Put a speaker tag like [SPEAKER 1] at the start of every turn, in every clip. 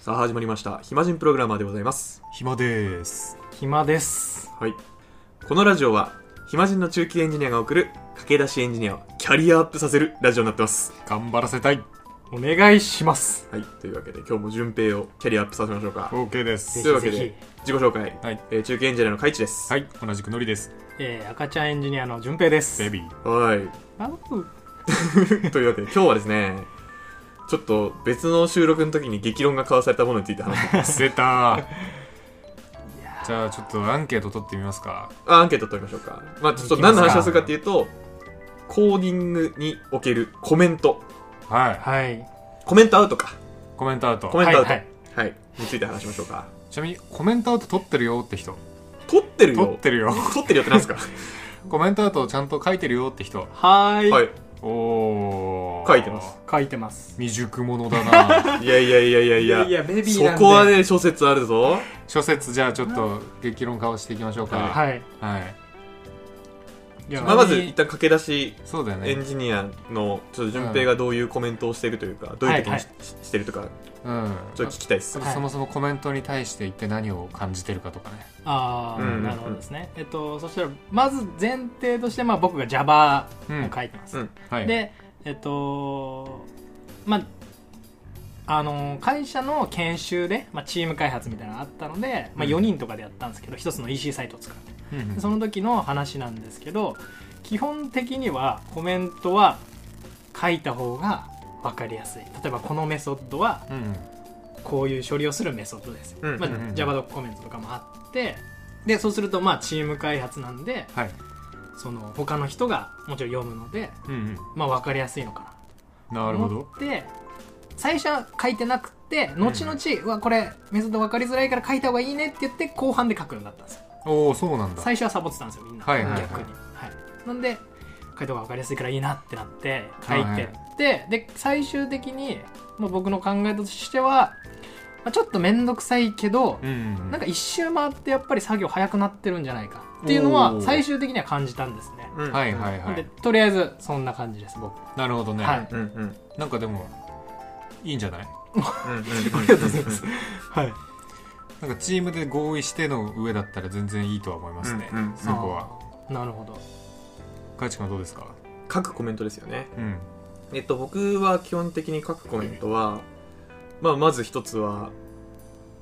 [SPEAKER 1] さあ始まりました暇人プログラマーでございます
[SPEAKER 2] 暇です
[SPEAKER 3] 暇です
[SPEAKER 1] はいこのラジオは暇人の中級エンジニアが送る駆け出しエンジニアをキャリアアップさせるラジオになってます
[SPEAKER 2] 頑張らせたい
[SPEAKER 3] お願いします
[SPEAKER 1] はいというわけで今日も順平をキャリアアップさせましょうか
[SPEAKER 2] OK で
[SPEAKER 1] と
[SPEAKER 2] す
[SPEAKER 3] ぜ
[SPEAKER 1] いうわ
[SPEAKER 3] ひ
[SPEAKER 1] け
[SPEAKER 3] ぜ
[SPEAKER 1] で
[SPEAKER 3] ひ、
[SPEAKER 1] 自己紹介、
[SPEAKER 2] はい
[SPEAKER 1] えー中級エンジニアのカイチです
[SPEAKER 2] はい同じくノリです
[SPEAKER 3] えー、赤ちゃんエンジニアの順平です
[SPEAKER 2] ベビー
[SPEAKER 1] はい
[SPEAKER 3] あう
[SPEAKER 1] というわけ で今日はですねちょっと別の収録の時に激論が交わされたものについて話 して
[SPEAKER 2] 出たじゃあちょっとアンケート取ってみますか
[SPEAKER 1] あアンケート取りましょうかまあちょっと何の話をするかっていうとコーディングにおけるコメント
[SPEAKER 2] はい
[SPEAKER 3] はい
[SPEAKER 1] コメントアウトか
[SPEAKER 2] コメントアウト
[SPEAKER 1] コメントアウト
[SPEAKER 3] はい
[SPEAKER 1] はい、について話しましょうか
[SPEAKER 2] ちなみにコメントアウト取ってるよって人
[SPEAKER 1] 撮ってるよ
[SPEAKER 2] 取ってるよ
[SPEAKER 1] 撮ってるよってなんですか
[SPEAKER 2] コメントアウトちゃんと書いてるよって人
[SPEAKER 3] はーい
[SPEAKER 1] はい
[SPEAKER 2] おお
[SPEAKER 1] 書いてます
[SPEAKER 3] 書いてます
[SPEAKER 2] 未熟者だ な
[SPEAKER 1] いやいやいやいやいや
[SPEAKER 3] いやベビー
[SPEAKER 1] そ
[SPEAKER 3] なんで
[SPEAKER 1] こはね諸説あるぞ
[SPEAKER 2] 諸説じゃあちょっと激論化をしていきましょうかはい、
[SPEAKER 3] はいいや
[SPEAKER 1] まあまず一
[SPEAKER 3] 何
[SPEAKER 1] 旦駆け出し
[SPEAKER 2] そうだよ
[SPEAKER 1] エ
[SPEAKER 2] ね
[SPEAKER 1] ンジニアのちょっと順平がどういうコメントをしてるというか、どういう時
[SPEAKER 3] は
[SPEAKER 1] に
[SPEAKER 3] い
[SPEAKER 1] し,、してるとか
[SPEAKER 2] うん
[SPEAKER 1] ちょっと聞きたいです
[SPEAKER 2] そ
[SPEAKER 3] はい
[SPEAKER 2] そもそもコメントに対して一体何を感じてるかとかね
[SPEAKER 3] ああ、
[SPEAKER 1] うん
[SPEAKER 3] なるほどですねえっとそしたらまず前提としてまあ僕が Java
[SPEAKER 2] う
[SPEAKER 3] を書いてます、
[SPEAKER 1] うん
[SPEAKER 2] はい、
[SPEAKER 3] でえっとまああの会社の研修で、まあ、チーム開発みたいなのがあったので、まあ、
[SPEAKER 2] うん
[SPEAKER 3] 4人とかでやったんですけど、一つの EC サイトを使って
[SPEAKER 2] うんうん
[SPEAKER 3] でその時の話なんですけど基本的にはコメントは書いた方が分かりやすい例えばこのメソッドは
[SPEAKER 2] うんうん
[SPEAKER 3] こういう処理をするメソッドです、
[SPEAKER 1] うん
[SPEAKER 3] まあ
[SPEAKER 1] うん
[SPEAKER 2] うん
[SPEAKER 3] Java ドコメントとかもあってでそうするとまあチーム開発なんで
[SPEAKER 2] はい
[SPEAKER 3] その他の人がもちろん読むので、
[SPEAKER 2] うんうん
[SPEAKER 3] まあ、分かりやすいのかな
[SPEAKER 2] なるほ
[SPEAKER 3] 思
[SPEAKER 2] ど
[SPEAKER 3] って最初は書いてなくて後々、うわこれメソッド分かりづらいから書いた方がいいねって言って後半で書くようになったんですよ
[SPEAKER 2] おおそうなんだ
[SPEAKER 3] 最初はサボってたんですよみんな、
[SPEAKER 2] はいはいはい
[SPEAKER 3] 逆に、はい、なんで書いた方が分かりやすいからいいなってなって書いてって、で最終的に、まあ、僕の考えとしては、まあ、ちょっと面倒くさいけど、
[SPEAKER 2] うんうん
[SPEAKER 3] なんか一周回ってやっぱり作業早くなってるんじゃないかっていうのは
[SPEAKER 2] おー
[SPEAKER 3] 最終的には感じたんですね
[SPEAKER 1] うん
[SPEAKER 2] はいはいは
[SPEAKER 3] なんで
[SPEAKER 2] い
[SPEAKER 3] とりあえずそんな感じです僕
[SPEAKER 2] なるほどね、
[SPEAKER 3] はい
[SPEAKER 1] うんうんうん
[SPEAKER 2] なんかでもいいんじゃない
[SPEAKER 1] うんうん
[SPEAKER 3] はい
[SPEAKER 2] なんかチームで合意しての上だったら全然いいとは思いますね、
[SPEAKER 1] うんうん
[SPEAKER 2] そこは
[SPEAKER 3] なるほど
[SPEAKER 2] かいちくんはどうですか
[SPEAKER 1] 書くコメントですよね
[SPEAKER 2] うん
[SPEAKER 1] えっと僕は基本的に書くコメントは、まあ、まず一つは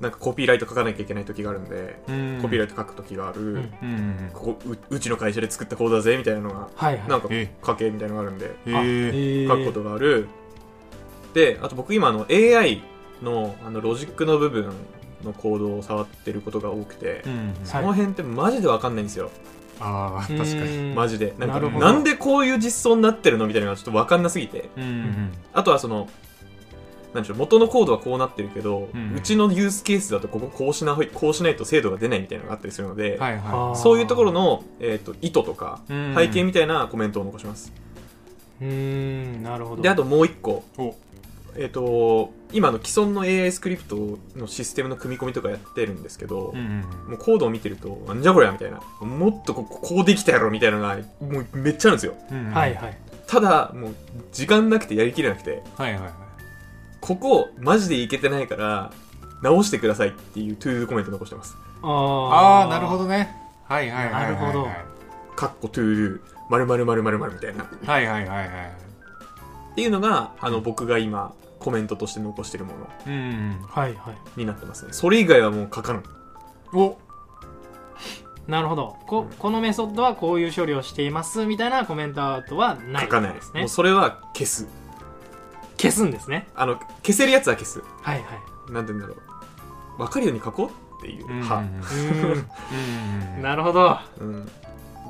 [SPEAKER 1] なんかコピーライト書かなきゃいけない時があるんで、
[SPEAKER 2] うん
[SPEAKER 1] コピーライト書く時がある、
[SPEAKER 3] うん
[SPEAKER 2] うんうん
[SPEAKER 1] ここううちの会社で作ったコードだぜみたいなのが
[SPEAKER 3] はいはい
[SPEAKER 1] なんか
[SPEAKER 2] え
[SPEAKER 1] 書けみたいなのがあるんで
[SPEAKER 2] え
[SPEAKER 3] あ
[SPEAKER 2] ー、
[SPEAKER 3] えー
[SPEAKER 1] 書くことがある、であと僕今あの AI のあのロジックの部分のコードを触ってることが多くて、
[SPEAKER 2] うんうん
[SPEAKER 1] その辺ってマジでわかんないんですよ、
[SPEAKER 2] ああ確かに
[SPEAKER 3] うん
[SPEAKER 1] マジでなんか
[SPEAKER 3] なる
[SPEAKER 1] な
[SPEAKER 3] ほど
[SPEAKER 1] んでこういう実装になってるのみたいなのがちょっとわかんなすぎて
[SPEAKER 2] うんうん
[SPEAKER 1] あとはそのなんでしょう元のコードはこうなってるけど、
[SPEAKER 2] う
[SPEAKER 1] うんちのユースケースだとこここうしなほいこうしないと精度が出ないみたいなのがあったりするので、
[SPEAKER 2] はいは
[SPEAKER 3] あー
[SPEAKER 1] そういうところの、えー、と意図とか
[SPEAKER 2] い、うん
[SPEAKER 1] 背景みたいなコメントを残します、
[SPEAKER 3] うーんなるほど
[SPEAKER 1] であともう一個
[SPEAKER 2] お
[SPEAKER 1] えっ、と今の既存の AI スクリプトのシステムの組み込みとかやってるんですけど、
[SPEAKER 2] うんうん
[SPEAKER 1] もうコードを見てるとなんじゃこりゃみたいなもっとこうこうできたやろみたいなのがもうめっちゃあるんですよ
[SPEAKER 2] うんうん
[SPEAKER 3] はいはい
[SPEAKER 1] ただもう時間なくてやりきれなくて
[SPEAKER 2] はいはいはい
[SPEAKER 1] ここマジでいけてないから直してくださいっていうトゥードゥコメント残してます
[SPEAKER 3] あ
[SPEAKER 2] ああなるほどねはいはいはいはいはい
[SPEAKER 3] なるほど
[SPEAKER 1] カッコトゥードゥまるまるまるまるまるみたいなっ
[SPEAKER 2] はいはいはいはい
[SPEAKER 1] ていうのがあの僕が今コメントとして残してるもの
[SPEAKER 2] うんうん
[SPEAKER 3] はいはい
[SPEAKER 1] になってますねそれ以外はもう書かない
[SPEAKER 2] お
[SPEAKER 3] なるほどここのメソッドはこういう処理をしていますみたいなコメントアウトはない
[SPEAKER 1] 書かない
[SPEAKER 3] です
[SPEAKER 1] も
[SPEAKER 3] ね
[SPEAKER 1] うそれは消す
[SPEAKER 3] 消すんですね
[SPEAKER 1] あの消せるやつは消す
[SPEAKER 3] はいはい
[SPEAKER 1] なんて言うんだろう分かるように書こうっていう
[SPEAKER 2] う
[SPEAKER 1] 派
[SPEAKER 2] んうんうん
[SPEAKER 3] うー
[SPEAKER 2] うんうん
[SPEAKER 3] んなるほど
[SPEAKER 1] うん、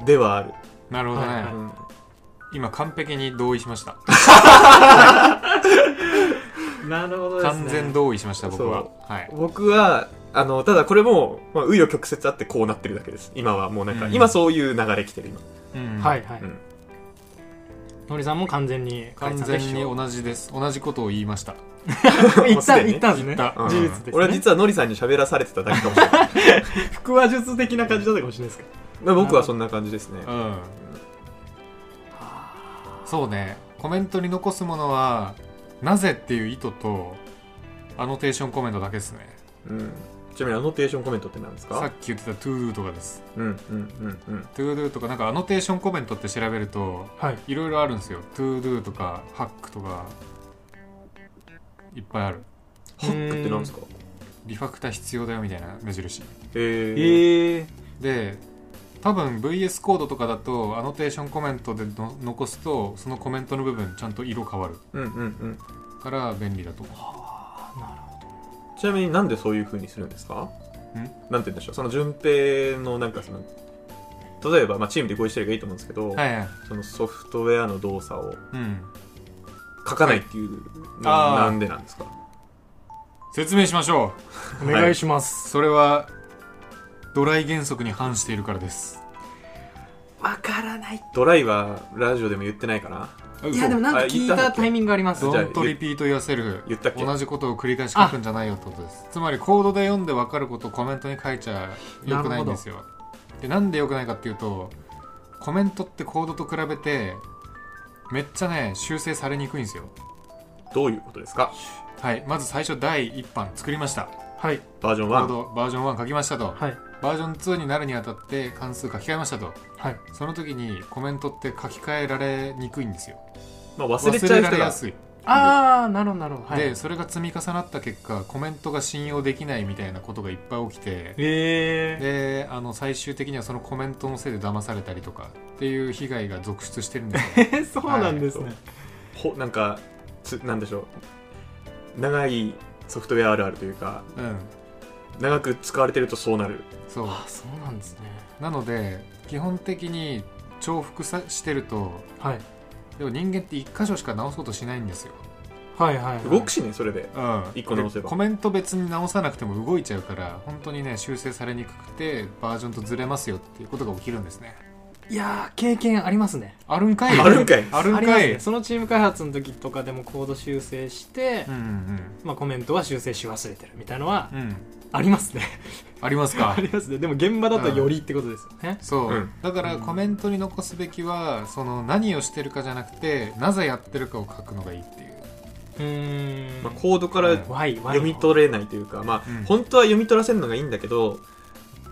[SPEAKER 1] ではある、
[SPEAKER 2] なるほどね、
[SPEAKER 3] はいはい
[SPEAKER 1] うん
[SPEAKER 2] 今完璧に同意しました
[SPEAKER 3] なるほど
[SPEAKER 2] 完全同意しました僕は
[SPEAKER 1] そ
[SPEAKER 2] はい
[SPEAKER 1] 僕はあのただこれもまあ紆余、曲折あってこうなってるだけです今はもうなんか、
[SPEAKER 2] うん
[SPEAKER 1] 今そういう流れ来てる今
[SPEAKER 2] うん
[SPEAKER 3] はいはい、
[SPEAKER 1] うん
[SPEAKER 3] のりさんも完全に
[SPEAKER 2] 完全に同じです同じことを言いました
[SPEAKER 3] 言
[SPEAKER 1] もう
[SPEAKER 3] っ
[SPEAKER 1] す
[SPEAKER 3] た
[SPEAKER 1] でにね
[SPEAKER 3] 言ったんですね
[SPEAKER 2] 言った
[SPEAKER 3] 事実です、ね、
[SPEAKER 1] 俺は実はノリさんに喋らされてただけかもしれない
[SPEAKER 3] 腹話術的な感じだったかもしれないですけど
[SPEAKER 1] まあ僕はそんな感じですね
[SPEAKER 2] うんそうねコメントに残すものはなぜっていう意図とアノテーションコメントだけですね
[SPEAKER 1] うん、ちなみにアノテーションコメントって何ですか
[SPEAKER 2] さっき言ってた ToDo とかです
[SPEAKER 1] うんうんうん
[SPEAKER 2] ToDo とかなんかアノテーションコメントって調べると
[SPEAKER 3] はい
[SPEAKER 2] いろいろあるんですよ ToDo とかハックとかいっぱいある
[SPEAKER 1] ハックって何ですか
[SPEAKER 2] リファクタ必要だよみたいな目印
[SPEAKER 1] えー、え
[SPEAKER 4] ええ
[SPEAKER 2] で多分 VS コードとかだとアノテーションコメントでの残すとそのコメントの部分ちゃんと色変わる
[SPEAKER 1] うんうんうん
[SPEAKER 2] から便利だと思う
[SPEAKER 3] あなるほ
[SPEAKER 1] ちなみになんでそういう風にするんですかなんて言うんでしょうその順平のなんかその例えば、まあ、チームで合意してればいいと思うんですけど、
[SPEAKER 2] はいはい
[SPEAKER 1] そのソフトウェアの動作を
[SPEAKER 2] うん
[SPEAKER 1] 書かないっていうの
[SPEAKER 2] あ
[SPEAKER 1] は
[SPEAKER 2] ー
[SPEAKER 1] なんでなんですか
[SPEAKER 2] 説明しましょ
[SPEAKER 3] どお願いします
[SPEAKER 2] うそれはドライ原則に反しているからです
[SPEAKER 3] わからない
[SPEAKER 1] ドライはラジオでも言ってないかない
[SPEAKER 3] やでもなんか聞いたタイミングあります
[SPEAKER 1] あ言った
[SPEAKER 2] ドンとリピート言わせる
[SPEAKER 1] 言ったっけ
[SPEAKER 2] 同じことを繰り返し書くんじゃないよってことですつまりコードで読んで分かることをコメントに書いちゃよくないんですよでなんでよくないかっていうとコメントってコードと比べてめっちゃね修正されにくいんですよ
[SPEAKER 1] どういうことですか
[SPEAKER 2] はいまず最初第1版作りました
[SPEAKER 3] はい
[SPEAKER 1] バージョン
[SPEAKER 2] コー
[SPEAKER 1] 1
[SPEAKER 2] ドバージョン1書きましたと、
[SPEAKER 3] はい
[SPEAKER 2] バージョン2になるにあたって関数書き換えましたと
[SPEAKER 3] はい
[SPEAKER 2] その時にコメントって書き換えられにくいんですよ
[SPEAKER 1] まあ、忘れ
[SPEAKER 2] 忘
[SPEAKER 1] ちゃ
[SPEAKER 2] れ
[SPEAKER 1] う
[SPEAKER 2] ら
[SPEAKER 1] 人
[SPEAKER 2] れや
[SPEAKER 1] が
[SPEAKER 2] すい
[SPEAKER 3] ああなるほどなるほどはい
[SPEAKER 2] でそれが積み重なった結果コメントが信用できないみたいなことがいっぱい起きて
[SPEAKER 3] え
[SPEAKER 2] であの最終的にはそのコメントのせいで騙されたりとかっていう被害が続出してるんです よ
[SPEAKER 3] えそうなんですね
[SPEAKER 1] ほなんかつなんでしょう長いソフトウェアあるあるというか
[SPEAKER 2] うん
[SPEAKER 1] 長く使われてるとそうなる
[SPEAKER 2] そう
[SPEAKER 3] あそうなんですね
[SPEAKER 2] なので基本的に重複さしてると
[SPEAKER 3] はい
[SPEAKER 2] でも人間って1箇所しか直そうとしないんですよ
[SPEAKER 3] はいはいはい
[SPEAKER 1] 動くしねそれで
[SPEAKER 2] うん
[SPEAKER 1] 一個直せば
[SPEAKER 2] でコメント別に直さなくても動いちゃうから本当にね修正されにくくてバージョンとずれますよっていうことが起きるんですね
[SPEAKER 3] いやー経験ありますね
[SPEAKER 2] あるんかい
[SPEAKER 1] あるんかい
[SPEAKER 2] あるん
[SPEAKER 3] ありま
[SPEAKER 2] か
[SPEAKER 3] す
[SPEAKER 2] い、
[SPEAKER 3] ねそのチーム開発の時とかでもコード修正して、
[SPEAKER 2] うん
[SPEAKER 3] まあ、コメントは修正し忘れてるみたいのは
[SPEAKER 2] うんうん
[SPEAKER 3] ありますね
[SPEAKER 2] ありますか
[SPEAKER 3] ありますねでも現場だとよりってことですよね、
[SPEAKER 2] そう、
[SPEAKER 1] うん
[SPEAKER 2] だからコメントに残すべきはその何をしてるかじゃなくてなぜやってるかを書くのがいいっていう
[SPEAKER 3] うーん、
[SPEAKER 1] まあ、コードから
[SPEAKER 2] うん
[SPEAKER 3] 怖い怖い
[SPEAKER 1] 読み取れないというか、まあ
[SPEAKER 2] うん
[SPEAKER 1] 本当は読み取らせるのがいいんだけど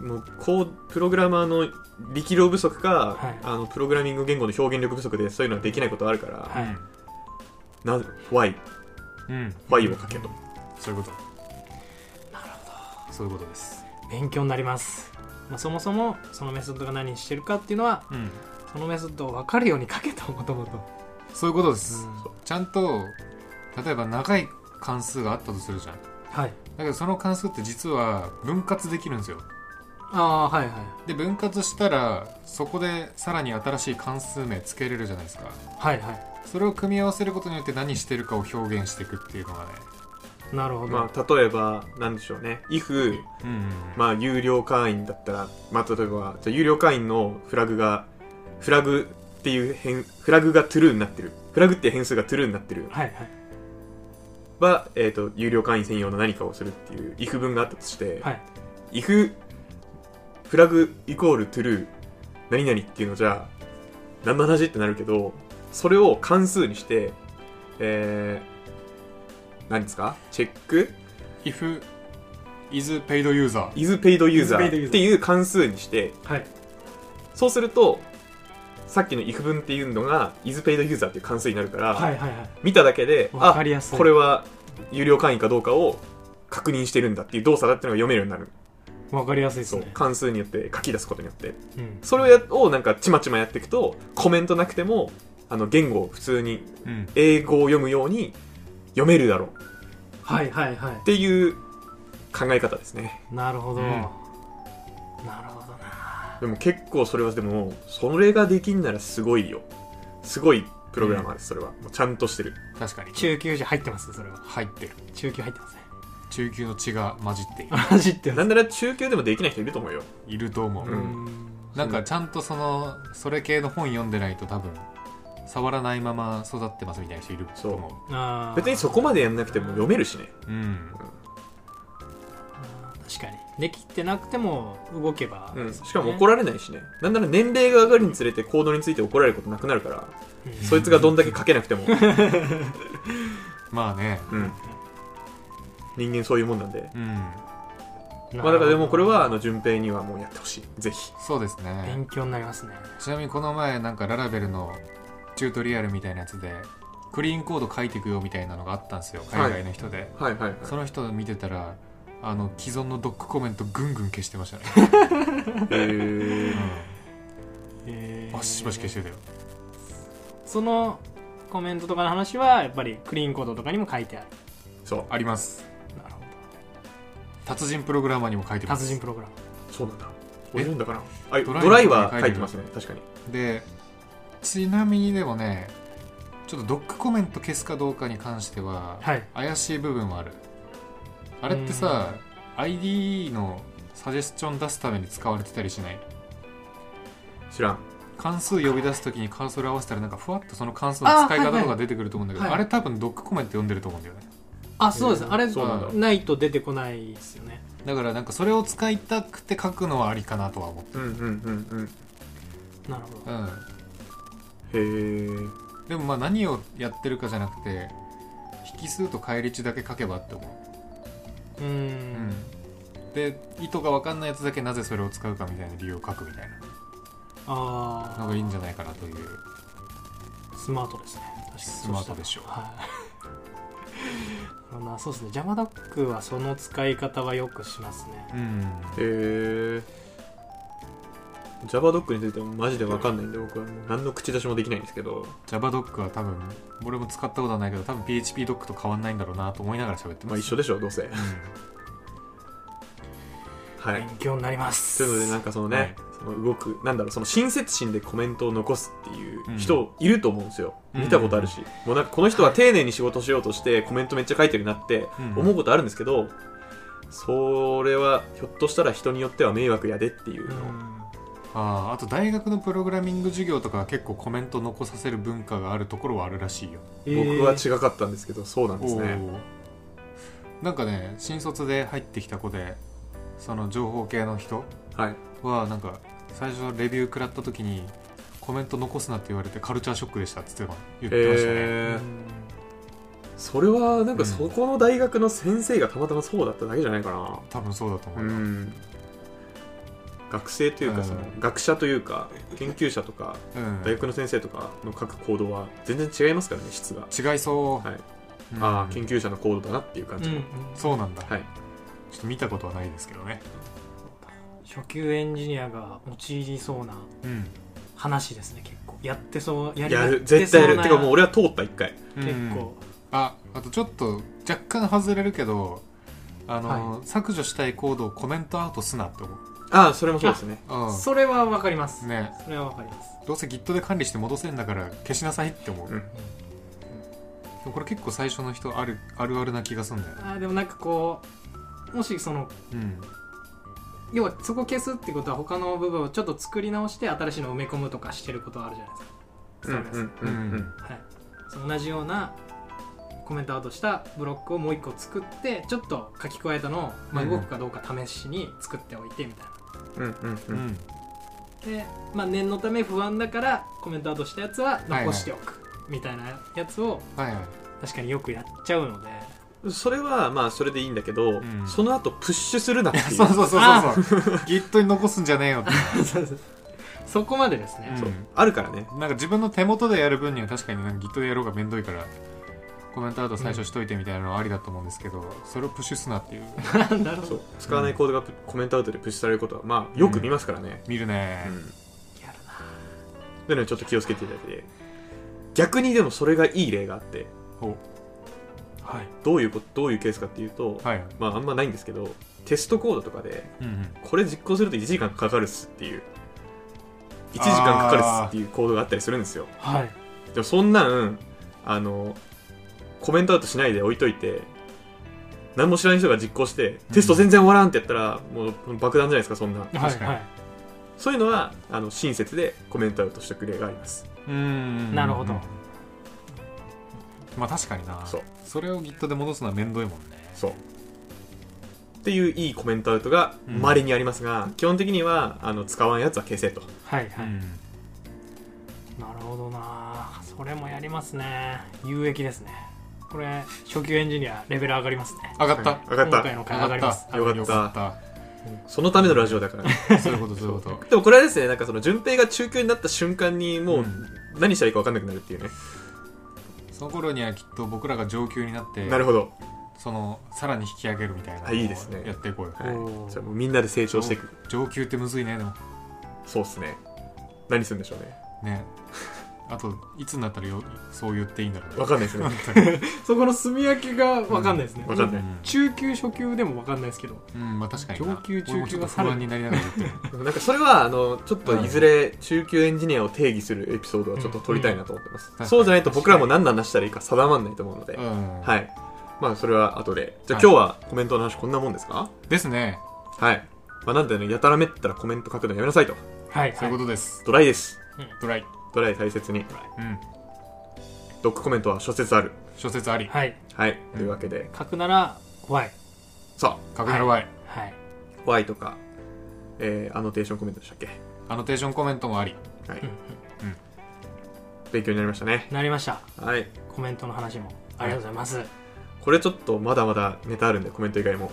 [SPEAKER 1] もうこうプログラマーの力量不足か、
[SPEAKER 3] はい
[SPEAKER 1] あのプログラミング言語の表現力不足でそういうのはできないことあるから、
[SPEAKER 3] はい
[SPEAKER 1] な why
[SPEAKER 2] うん、うん
[SPEAKER 1] why を書けと
[SPEAKER 2] そういうことなるほどそういうことです
[SPEAKER 3] 勉強になります、まあ、そもそもそのメソッドが何してるかっていうのは
[SPEAKER 2] うん
[SPEAKER 3] そのメソッドを分かるように書けともともと
[SPEAKER 2] そういうことです、
[SPEAKER 3] うん
[SPEAKER 2] ちゃんと例えば長い関数があったとするじゃんだ
[SPEAKER 3] はい
[SPEAKER 2] けどその関数って実は分割できるんですよ
[SPEAKER 3] ああーはいはい
[SPEAKER 2] で分割したらそこでさらに新しい関数名つけれるじゃないですか
[SPEAKER 3] はいは
[SPEAKER 2] それを組み合わせることによって何してるかを表現していくっていうのがね
[SPEAKER 3] いなるほど、
[SPEAKER 1] まあ例えばなんでしょうね if
[SPEAKER 2] うんうんうん
[SPEAKER 1] まあ有料会員だったらまあ例えばじゃあ有料会員のフラグがフラグっていう変フラグが true になってるフラグっていう変数が true になってる
[SPEAKER 3] はいはい
[SPEAKER 1] は、えー、と有料会員専用の何かをするっていう if 文があったとして、
[SPEAKER 3] はい
[SPEAKER 1] if フラグイコール true 何々っていうのじゃ何の話ってなるけどそれを関数にしてえー、何ですかチェック
[SPEAKER 2] if is paid user
[SPEAKER 1] is paid user
[SPEAKER 3] is paid user
[SPEAKER 1] っていう関数にして
[SPEAKER 3] はい
[SPEAKER 1] そうするとさっきの if 文っていうのが is paid user っていう関数になるから、
[SPEAKER 3] はいはいはい
[SPEAKER 1] 見ただけで
[SPEAKER 3] わかりやすい
[SPEAKER 1] あこれは有料会員かどうかを確認してるんだっていう動作だっていうのが読めるようになる
[SPEAKER 3] わかりやすいです
[SPEAKER 1] そう
[SPEAKER 3] ね
[SPEAKER 1] 関数によって書き出すことによって
[SPEAKER 3] うん
[SPEAKER 1] それをやをなんかちまちまやっていくとコメントなくてもあの言語を普通に
[SPEAKER 2] うん
[SPEAKER 1] 英語を読むように読めるだろうっ
[SPEAKER 3] はいはいはい
[SPEAKER 1] ていう考え方ですね
[SPEAKER 3] なるほど、
[SPEAKER 2] うん
[SPEAKER 3] なるほどな
[SPEAKER 1] でも結構それはでもそれができんならすごいよすごいプログラマーですそれはもうちゃんとしてる
[SPEAKER 2] 確かに
[SPEAKER 3] 中級者入ってますそれは
[SPEAKER 2] 入ってる
[SPEAKER 3] 中級入ってま すね
[SPEAKER 2] 中級の血が混じっている
[SPEAKER 3] 走って
[SPEAKER 1] な
[SPEAKER 3] ま
[SPEAKER 1] ん
[SPEAKER 3] す
[SPEAKER 1] なら中級でもできない人いると思うよ
[SPEAKER 2] いると思う、
[SPEAKER 1] う
[SPEAKER 3] うんん
[SPEAKER 2] なんかちゃんとそのそれ系の本読んでないと多分触らないまま育ってますみたいな人いると思う
[SPEAKER 3] あー
[SPEAKER 1] 別にそこまでやんなくても読めるしね
[SPEAKER 2] うん
[SPEAKER 3] 確かにできてなくても動けば、
[SPEAKER 1] うん、しかも怒られないしねなんなら年齢が上がるにつれて行動について怒られることなくなるから
[SPEAKER 3] うん
[SPEAKER 1] そいつがどんだけ書けなくても、
[SPEAKER 2] まあね
[SPEAKER 1] うん、人間そういうもんなんで、
[SPEAKER 2] うん
[SPEAKER 1] まあ、だからでもこれ
[SPEAKER 3] は
[SPEAKER 1] はあの順平にはもうやってほしいぜひ
[SPEAKER 2] そうですね
[SPEAKER 3] 勉強になりますね
[SPEAKER 2] ちなみにこの前なんかララベルのチュートリアルみたいなやつでクリーンコード書いていくよみたいなのがあったんですよ海外の人で、
[SPEAKER 1] はいはいはい
[SPEAKER 2] その人見てたらあの既存のドックコメントぐんぐん消してましたね、
[SPEAKER 1] えー
[SPEAKER 3] えー
[SPEAKER 2] バシバシ消してたよ
[SPEAKER 3] そのコメントとかの話はやっぱりクリーンコードとかにも書いてある
[SPEAKER 1] そう
[SPEAKER 2] あります
[SPEAKER 3] なるほ
[SPEAKER 2] 達人プログラマーにも書いて
[SPEAKER 3] ど
[SPEAKER 2] ま
[SPEAKER 3] 達
[SPEAKER 2] す
[SPEAKER 3] 人プログラム
[SPEAKER 1] そうなんだ
[SPEAKER 2] え
[SPEAKER 1] 俺読んだかなあ
[SPEAKER 2] ド
[SPEAKER 1] ド
[SPEAKER 2] ラ
[SPEAKER 1] ラ
[SPEAKER 2] イ
[SPEAKER 1] イは書いてますね確かに
[SPEAKER 2] でちなみにでもねちょっとドックコメント消すかどうかに関しては
[SPEAKER 3] はい
[SPEAKER 2] 怪しい部分はあるあれってさ ID のサジェスチョン出すために使われてたりしない
[SPEAKER 1] 知らん
[SPEAKER 2] 関数呼び出す時にカーソル合わせたらなんかふわっとその関数の使い方
[SPEAKER 3] あは
[SPEAKER 2] と
[SPEAKER 3] いは
[SPEAKER 2] か
[SPEAKER 3] い
[SPEAKER 2] 出てくると思うんだけど、
[SPEAKER 3] はい
[SPEAKER 2] あれ多分ドックコメント読んでると思うんだよね
[SPEAKER 3] あそうです、
[SPEAKER 1] えー
[SPEAKER 3] あれ
[SPEAKER 1] そうなんだ
[SPEAKER 3] ないと出てこないですよね
[SPEAKER 2] だからなんかそれを使いたくて書くのはありかなとは思
[SPEAKER 1] うんうんうん
[SPEAKER 3] なるほど
[SPEAKER 2] う、うん、
[SPEAKER 1] うんへえ
[SPEAKER 2] でもまあ何をやってるかじゃなくて引数と返り値だけ書けばって思
[SPEAKER 3] うーん
[SPEAKER 2] う、うん、で意図が分かんないやつだけなぜそれを使うかみたいな理由を書くみたい
[SPEAKER 3] あ
[SPEAKER 2] なの
[SPEAKER 3] あ
[SPEAKER 2] がいいんじゃないかなという
[SPEAKER 3] スマートですね確かに
[SPEAKER 2] スマートでしょう
[SPEAKER 3] はいなるほどなそうですねジャマダックはその使い方はよくしますね
[SPEAKER 2] うん
[SPEAKER 1] へえ JavaDoc についてもマジで分かんないんで僕はもう何の口出しもできないんですけど
[SPEAKER 2] JavaDoc は多分俺も使ったことはないけど多分 PHPDoc と変わんないんだろうなと思いながら喋ってます
[SPEAKER 1] まあ一緒でしょうどうせはい
[SPEAKER 3] 勉強になります
[SPEAKER 1] というのでなんかそのね、
[SPEAKER 2] はい
[SPEAKER 1] その動くなんだろうその親切心でコメントを残すっていう
[SPEAKER 2] う
[SPEAKER 1] 人いると思うんですよ、
[SPEAKER 2] うん
[SPEAKER 1] 見たことあるし、もうなんかこの人は丁寧に仕事しようとしてコメントめっちゃ書いてるなって思うことあるんですけど、それはひょっとしたら人によっては迷惑やでっていう
[SPEAKER 3] う
[SPEAKER 1] のを、
[SPEAKER 3] ん
[SPEAKER 2] あーあと大学のプログラミング授業とかは結構コメント残させる文化があるところはあるらしいよ
[SPEAKER 1] 僕は違かったんですけどそうなんですね
[SPEAKER 2] おーなんかね新卒で入ってきた子でその情報系の人
[SPEAKER 1] はい
[SPEAKER 2] はなんか最初レビュー食らった時にコメント残すなって言われてカルチャーショックでしたっつっても言ってましたね、
[SPEAKER 1] え
[SPEAKER 3] えー
[SPEAKER 1] ーそれはなん
[SPEAKER 2] うん
[SPEAKER 1] かそこの大学の先生がたまたまそうだっただけじゃないかな
[SPEAKER 2] 多分そうだと思
[SPEAKER 1] う
[SPEAKER 2] う、よ
[SPEAKER 1] ん学生という
[SPEAKER 2] う
[SPEAKER 1] か
[SPEAKER 2] ん
[SPEAKER 1] その学者というか研究者とか
[SPEAKER 2] うん
[SPEAKER 1] 大学の先生とかの書く行動は全然違いますからね質が、
[SPEAKER 2] 違いそう、
[SPEAKER 1] はい
[SPEAKER 2] うん
[SPEAKER 1] ああ研究者の行動だなっていう感じ、
[SPEAKER 3] うん
[SPEAKER 2] そうなんだ、
[SPEAKER 1] はい
[SPEAKER 2] ちょっと見たことはないですけどね
[SPEAKER 3] 初級エンジニアが陥りそうな
[SPEAKER 2] うん、
[SPEAKER 3] 話ですね結構やってそうやり
[SPEAKER 1] や
[SPEAKER 3] っ
[SPEAKER 1] る
[SPEAKER 3] て
[SPEAKER 1] 絶対やるてかもう
[SPEAKER 3] う
[SPEAKER 1] 俺は通った一回
[SPEAKER 3] な結
[SPEAKER 2] うん
[SPEAKER 3] 構
[SPEAKER 2] ああとちょっと若干外れるけどあの、削除したいコードをコメントアウトすなって思う
[SPEAKER 1] ああそれもそうですね
[SPEAKER 2] あ
[SPEAKER 3] それはわかります
[SPEAKER 2] ね
[SPEAKER 3] それはわかります
[SPEAKER 2] どうせ Git で管理して戻せんだから消しなさいって思う、
[SPEAKER 1] うん
[SPEAKER 2] でもこれ結構最初の人あるあるあるな気がするんだよね
[SPEAKER 3] あーでもなんかこうもしその
[SPEAKER 2] うん
[SPEAKER 3] 要はそこ消すってことは他の部分をちょっと作り直して新しいのを埋め込むとかしてることはあるじゃない
[SPEAKER 1] うん
[SPEAKER 3] ですかそうです、
[SPEAKER 1] うん
[SPEAKER 2] う
[SPEAKER 1] うんんうん
[SPEAKER 3] はい、その同じようなコメントアウトしたブロックをもう一個作ってちょっと書き加えたのを、まあ、
[SPEAKER 2] うん
[SPEAKER 3] 動くかどうか試しに作っておいてみたい
[SPEAKER 1] うんう
[SPEAKER 3] な、
[SPEAKER 1] ん
[SPEAKER 2] う
[SPEAKER 1] うん
[SPEAKER 2] ん
[SPEAKER 3] で、まあ、念のため不安だからコメントアウトしたやつは残しておくみたいなやつを
[SPEAKER 2] はいはい
[SPEAKER 3] 確かによくやっちゃう ので、
[SPEAKER 1] それはまあそれでいいんだけど、
[SPEAKER 2] ん
[SPEAKER 1] その後プッシュするなっていう
[SPEAKER 2] そうそうそうそう
[SPEAKER 3] あ
[SPEAKER 2] そう Git に残すんじゃねえよって、
[SPEAKER 3] そうそうそこまでですね、
[SPEAKER 1] そう
[SPEAKER 2] うん
[SPEAKER 1] あるからね
[SPEAKER 2] なんか自分の手元でやる分には確かになんか Git でやろうがめんどいからコメントアウト最初しといてみたいなのはありだと思うんですけど、それをプッシュすなっていう
[SPEAKER 3] なるほ
[SPEAKER 1] そ
[SPEAKER 3] ど
[SPEAKER 1] う使わないコードがプコメントアウトでプッシュされることはまあよく見ますからね、
[SPEAKER 2] 見るね
[SPEAKER 1] うん
[SPEAKER 3] やるな
[SPEAKER 1] なのでちょっと気をつけていただいて逆にでもそれがいい例があって
[SPEAKER 2] ほ
[SPEAKER 3] はい
[SPEAKER 1] どういうことどういうケースかっていうと、
[SPEAKER 2] うはい
[SPEAKER 1] まああんまないんですけどテストコードとかで
[SPEAKER 2] うんうん
[SPEAKER 1] これ実行すると1時間かかるっすっていう1時間かかるっすっていうコードがあったりするんですよ
[SPEAKER 3] はい
[SPEAKER 1] でもそんなんあのコメントアウトしないで置いといて何も知らない人が実行してテスト全然終わらんってやったら、もう爆弾じゃないですかそんな
[SPEAKER 3] はい
[SPEAKER 2] 確かに
[SPEAKER 3] はい
[SPEAKER 1] そういうのはあの親切でコメントアウトしてくれがあります
[SPEAKER 2] うん
[SPEAKER 3] なるほど
[SPEAKER 2] まあ確かにな
[SPEAKER 1] そう
[SPEAKER 2] それを Git で戻すのはめんどいもんね
[SPEAKER 1] そうっていういいコメントアウトが
[SPEAKER 2] うん
[SPEAKER 1] まれにありますが、基本的にはあの使わんやつは消せと
[SPEAKER 3] はいはい、
[SPEAKER 2] ん
[SPEAKER 3] なるほどなそれもやりますね有益ですねこれ初級エンジニアレベル上がりますね
[SPEAKER 2] 上がった
[SPEAKER 1] 分かっ
[SPEAKER 3] 今回
[SPEAKER 1] た
[SPEAKER 3] の回上がります
[SPEAKER 1] よかった
[SPEAKER 2] か
[SPEAKER 1] そのためのラジオだからね、
[SPEAKER 2] ったそういうことそういうこと
[SPEAKER 1] でもこれはですねなんかその順平が中級になった瞬間にもう
[SPEAKER 2] うん
[SPEAKER 1] 何したらいいか分かんなくなるっていうね、
[SPEAKER 2] その頃にはきっと僕らが上級になって
[SPEAKER 1] なるほど、
[SPEAKER 2] そのさらに引き上げるみたいな
[SPEAKER 1] あいいですね
[SPEAKER 2] やっていこうよ
[SPEAKER 1] は
[SPEAKER 3] お
[SPEAKER 1] い、
[SPEAKER 3] ー
[SPEAKER 1] じゃあもうみんなで成長していく
[SPEAKER 2] 上級ってむずいねでも
[SPEAKER 1] そうっすね何するんでしょうね
[SPEAKER 2] ねあといつになったらよそう言っていいんだろう
[SPEAKER 1] 分かんないですね
[SPEAKER 3] そこの住み分けが分かんないですね、
[SPEAKER 1] 分かん
[SPEAKER 2] う
[SPEAKER 1] ない
[SPEAKER 2] ん
[SPEAKER 3] 中級初級でも分かんないですけど
[SPEAKER 2] うんまあ確かにな
[SPEAKER 3] 上級中級
[SPEAKER 2] 俺もちょっと不安になりながら言ってる
[SPEAKER 1] なんかそれはあのちょっといずれ中級エンジニアを定義するエピソードはちょっと撮りたいなと思ってます、
[SPEAKER 2] うん
[SPEAKER 1] そうじゃないと僕らも何の話したらいいか定まんないと思うので、
[SPEAKER 2] うん
[SPEAKER 1] はいまあそれは後でじゃあ
[SPEAKER 2] はい
[SPEAKER 1] 今日はコメントの話こんなもんですか
[SPEAKER 2] ですね
[SPEAKER 1] はい、まあ、なんでねやたらめったらコメント書くのやめなさいと
[SPEAKER 3] はい
[SPEAKER 2] そういうこ
[SPEAKER 3] こと
[SPEAKER 2] です
[SPEAKER 1] ドライです
[SPEAKER 2] ドライ
[SPEAKER 1] ドライ大切に
[SPEAKER 2] うん
[SPEAKER 1] ドックコメントは諸説ある
[SPEAKER 2] 諸説あり
[SPEAKER 3] はい
[SPEAKER 1] はいというわけで、
[SPEAKER 3] 書くなら怖い
[SPEAKER 1] さ
[SPEAKER 2] 角ならワイ
[SPEAKER 3] はい
[SPEAKER 1] あ Y とか、えー、アノテーションコメントでしたっけ
[SPEAKER 2] アノテーションコメントもあり
[SPEAKER 1] はい、
[SPEAKER 3] うん
[SPEAKER 1] 勉強になりましたね
[SPEAKER 3] なりました
[SPEAKER 1] はい
[SPEAKER 3] コメントの話もありがとうございます、
[SPEAKER 1] これちょっとまだまだネタあるんでコメント以外も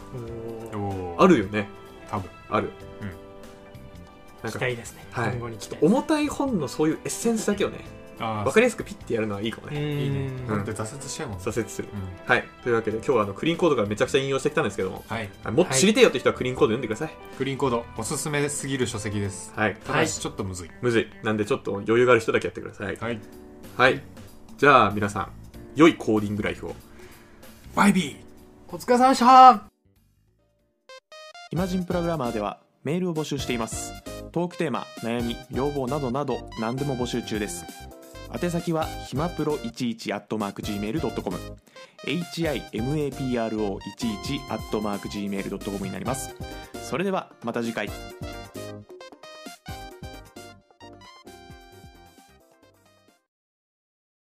[SPEAKER 3] おー
[SPEAKER 2] おお
[SPEAKER 1] あるよね
[SPEAKER 2] 多分
[SPEAKER 1] ある、
[SPEAKER 2] うん
[SPEAKER 1] なん
[SPEAKER 3] 期
[SPEAKER 1] か
[SPEAKER 3] 待ですね、
[SPEAKER 1] はい
[SPEAKER 3] 今後に期待
[SPEAKER 1] 重たい本のそういうエッセンスだけをね
[SPEAKER 2] あ
[SPEAKER 1] 分かりやすくピッてやるのはいいかも
[SPEAKER 3] う
[SPEAKER 1] ね、
[SPEAKER 3] ーん
[SPEAKER 2] いいね
[SPEAKER 1] う
[SPEAKER 2] だ
[SPEAKER 1] ん
[SPEAKER 2] って挫折しちゃうもん
[SPEAKER 1] 挫折する
[SPEAKER 2] うん
[SPEAKER 1] はいというわけで今日はあのクリーンコードからめちゃくちゃ引用してきたんですけども
[SPEAKER 2] はい
[SPEAKER 1] あもっと知りてえよって人はクリーンコード読んでください
[SPEAKER 2] クリーンコードおすすめすぎる書籍です
[SPEAKER 1] はい、
[SPEAKER 2] ただしちょっとむずい
[SPEAKER 1] むずいなんでちょっと余裕がある人だけやってくださいはい、
[SPEAKER 2] はい
[SPEAKER 1] じゃあ皆さん良いコーディングライフを
[SPEAKER 2] バイビー
[SPEAKER 3] お疲れ様でした
[SPEAKER 4] イマジンプログラマーではメールを募集していますトークテーマ悩み要望などなど何でも募集中です宛先はひまプロ11 at mark gmail.com himapro11 at mark gmail.com になりますそれではまた次回